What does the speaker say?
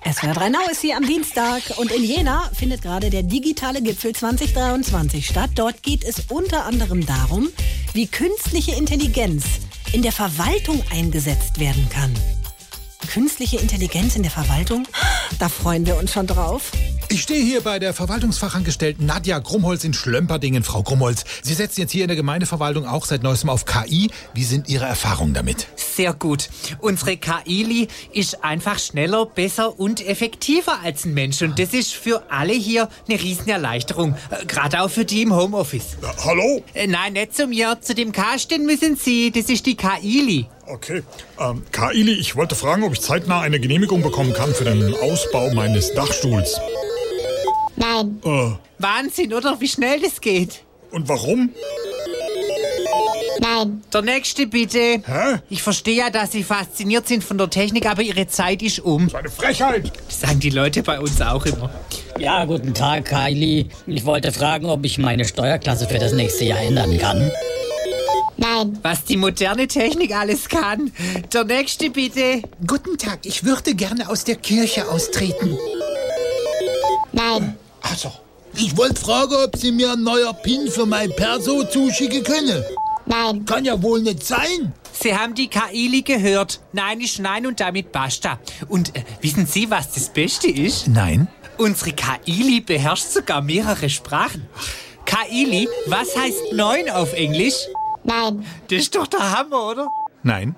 SWR 3 Now ist hier am Dienstag und in Jena findet gerade der digitale Gipfel 2023 statt. Dort geht es unter anderem darum, wie künstliche Intelligenz in der Verwaltung eingesetzt werden kann. Künstliche Intelligenz in der Verwaltung? Da freuen wir uns schon drauf. Ich stehe hier bei der Verwaltungsfachangestellten Nadja Grumholz in Schlömperdingen. Frau Grumholz, Sie setzen jetzt hier in der Gemeindeverwaltung auch seit neuestem auf KI. Wie sind Ihre Erfahrungen damit? Sehr gut. Unsere KI ist einfach schneller, besser und effektiver als ein Mensch. Und das ist für alle hier eine Riesenerleichterung. Äh, Gerade auch für die im Homeoffice. Hallo? Äh, Nein, nicht zu mir. Zu dem Karsten müssen Sie. Das ist die KI. Okay. Ähm, Kaili, ich wollte fragen, ob ich zeitnah eine Genehmigung bekommen kann für den Ausbau meines Dachstuhls. Nein, Äh, Wahnsinn, oder? Wie schnell das geht. und warum? nein, Der nächste bitte. Hä? Ich verstehe ja, dass Sie fasziniert sind von der Technik, aber Ihre Zeit ist um. Eine Frechheit! Das sagen die Leute bei uns auch immer. Ja, guten Tag, Kylie. Ich wollte fragen, ob ich meine Steuerklasse für das nächste Jahr ändern kann. nein, Was die moderne Technik alles kann. Der nächste bitte. Guten Tag, ich würde gerne aus der Kirche austreten. nein, Also. Ich wollte fragen, ob Sie mir ein neuer PIN für mein Perso zuschicken können. nein, Kann ja wohl nicht sein. Sie haben die Kaili gehört. Nein ist nein und damit basta. Und äh, wissen Sie, was das Beste ist? Nein. Unsere Kaili beherrscht sogar mehrere Sprachen. Kaili, was heißt neun auf Englisch? nein, Das ist doch der Hammer, oder? Nein.